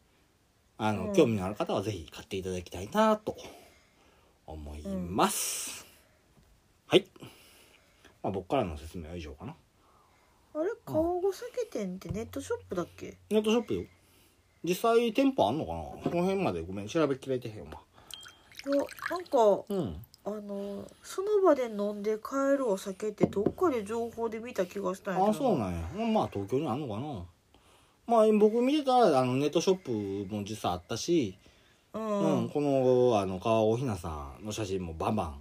あの、
うん
興味のある方はぜひ買っていただきたいなと思います、はい、まあ、僕からの説明は以上かな
あれ川越酒店ってネットショップだっけ
ネットショップよ実際店舗あんのかなこの辺までごめん調べきれてへんわ
いやなんか
うん
あのその場で飲んで買えるお酒ってどっかで情報で見た気がしたんやけど
あそうなんやまあ東京にあんのかなまあ僕見てたらあのネットショップも実際あったし、
う
うん
ん、
このあの川尾ひなさんの写真もバンバン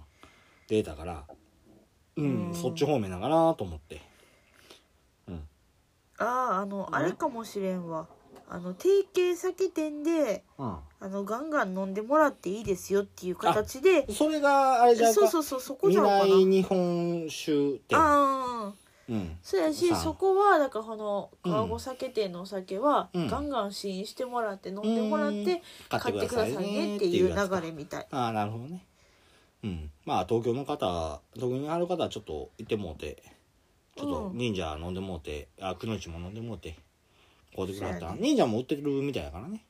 出たからうん、
うん
そっち方面だかなと思って
あああの、
うん
あれかもしれんわあの提携先店で
うん
あのガンガン飲んでもらっていいですよっていう形で
それがあれじゃんか
そうそうそうそこじ
未
ゃんか
来
な
日本酒店
ああ
うん
そうやし
さあ
そこはだからこの川越酒店のお酒は、
うん
ガンガン試飲してもらって飲んでもら
う
っ
ん
て
買
買ってくださいねっていう
やつか
流れみたい
ああなるほどねうんまあ東京の方東京にある方はちょっと行ってもうてちょっと
うん
忍者飲んでもうて、あくのいちも飲んでもうてこうてくれはったら、
そうや
忍者も売ってるみたいやからね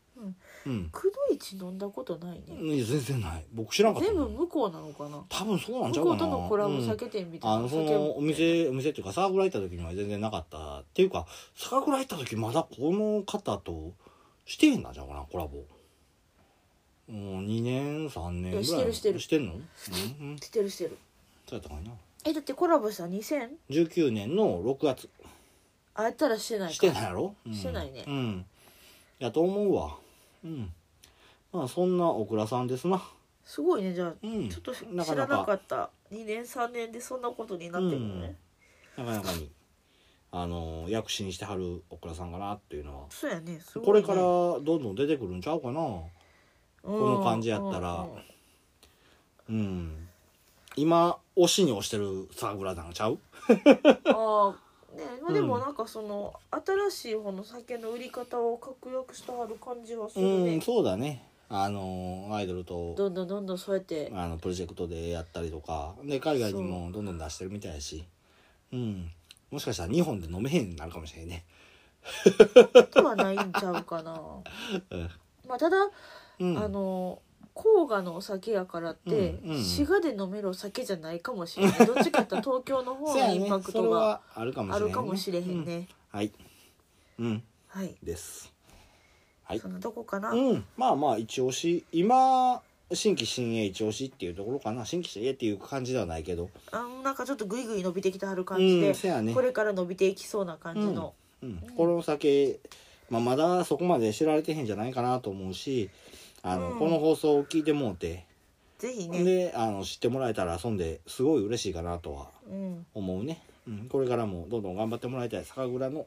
うん
うん、
くどいち飲んだことないね、
いや全然ない僕知らんかった
全部向こうなのかな
多分そうなんちゃう
向
かな
こうとのコラボ
うん
酒店みた
あ
いな
のそ
酒
のお店お店っていうか酒蔵行った時には全然なかったっていうか酒蔵行った時まだこの方としてんだじゃんかなコラボもう2年3年ぐらい
いやしてるしてる
してんの、うん うん、
してるしてる
そうやったかいな
えだってコラボした2000
19年の6月
あやったらしてないか
してないやろ、うん
してないね
うんやと思うわうんまあそんな小倉さんですな
すごいねじゃあ、
うん
ちょっと知
なからなか
なかった2年3年でそんなことになってるのね、
なかなかにあの躍進してはる小倉さんかなっていうのは
そうやねすごいね
これからどんどん出てくるんちゃうかなこの感じやったら
うんうんうん
うん今押しに押してる酒蔵なんちゃう
ああね
う
まあ
ん
でもなんかその、新しい方の酒の売り方を確約してはる感じはす
う
るね、
んそうだねあのアイドルと
どんどんどんどんそうやって、
あのプロジェクトでやったりとかで海外にもどんどん出してるみたいやしうんもしかしたら2本で飲めへんなるかもしれんね
ことはないんちゃうかな
うん
まあただ、
うん
あの甲賀のお酒やからって、
うんうん
滋賀で飲めるお酒じゃないかもし れないどっちかっていうと東京の方
そうや
の
ね
インパク
それ
トが
はあるかもし
あ
れへんね
るかもしれへん
うん
ね
はいうん
はい
ですはい
そのどこかな、
うんまあまあ一押し今新規新鋭一押しっていうところかな新規新鋭っていう感じではないけど
あのなんかちょっとグイグイ伸びてきてはる感じで
うん、せやね
これから伸びていきそうな感じの、
うん、この酒、まあ、まだそこまで知られてへんじゃないかなと思うしあの、
うん
この放送を聞いてもうて、
ぜひね
であの知ってもらえたら遊んですごい嬉しいかなとは
うん
思うね、うん、これからもどんどん頑張ってもらいたい酒蔵の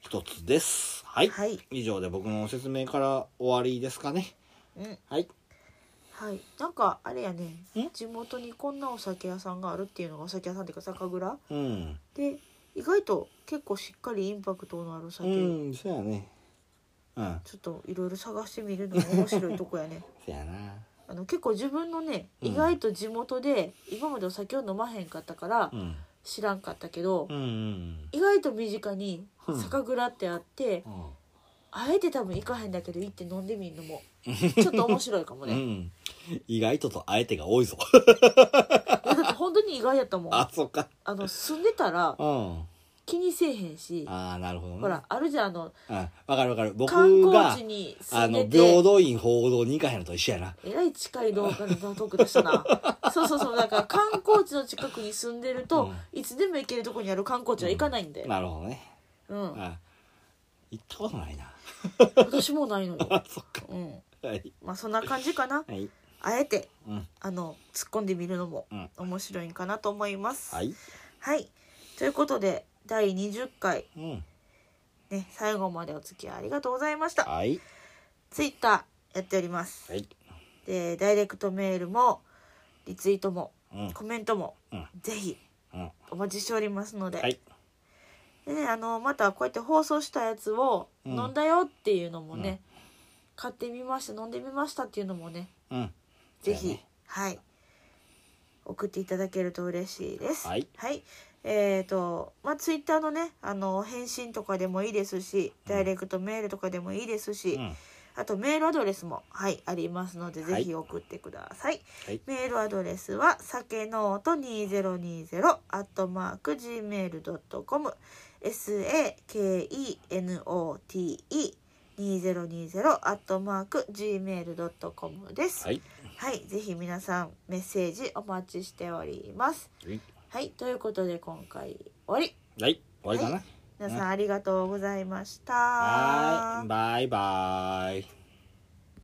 一つですはい、
はい、
以上で僕の説明から終わりですかね
うん
はい
はい、なんかあれやね
ん
地元にこんなお酒屋さんがあるっていうのがお酒屋さんっていうか酒蔵
うん
で意外と結構しっかりインパクトのあるお
う
酒、
んそうやねうん
ちょっといろいろ探してみるのも面白いとこや ね
そうやな
あの結構自分のね
うん
意外と地元で今までお酒を飲まへんかったから
うん
知らんかったけど、
うんうん
意外と身近に
うん
酒蔵ってあって、
うん
あえて多分行かへんだけど行って飲んでみるの もちょっと面白いかも
う
ね、
ん意外ととあえてが多いぞ
いやだって本当に意外やったも ん
あそっか
あの住んでたら
うん
気にせえへんし
ああなるほどね
ほらあるじゃんあの
あわかるわかる僕
観
が
光地に住
あ
ん
の
で
平
て
等院報道に行かへんのと一緒やな
えらい近い動画でトーク出し たなそうそうそうだから観光地の近くに住んでると、いつでも行けるとこにある観光地は行かないんで、
なるほどね
うん
あ行ったことない な
私もないのよ、
あそっか
うん、
はい
まあそんな感じかな
はい
あえて
うん
あの突っ込んでみるのも
うん
面白いんかなと思います。
はい
はい、ということで第20回、
うん
ね、最後までお付き合いありがとうございました。
はい
ツイッターやっております。
はい
でダイレクトメールもリツイートも
うん
コメントも
うん
ぜひ
うん
お待ちしておりますので,、
はい
でね、あのまたこうやって放送したやつを
うん
飲んだよっていうのもね、買ってみました飲んでみましたっていうのもね
うん
ぜひ、
そうやね
はい送っていただけると嬉しいです。
はい
えっ、とまあツイッターのねあの返信とかでもいいですし、ダイレクトメールとかでもいいですし、
うん
あとメールアドレスもはいありますので
は
ぜ
い
ひ送ってください。
はい
メールアドレスはさけのうと二ゼロ二ゼロアットマーク gmail ドットコム s a k e n o t e 二ゼロ二ゼロアットマーク gmail ドットコムです。
はい
はい、ぜひ皆さんメッセージお待ちしております。
はい
はい、ということで今回終わり。
はい終わりかな
皆さんありがとうございました。
はいバイバイ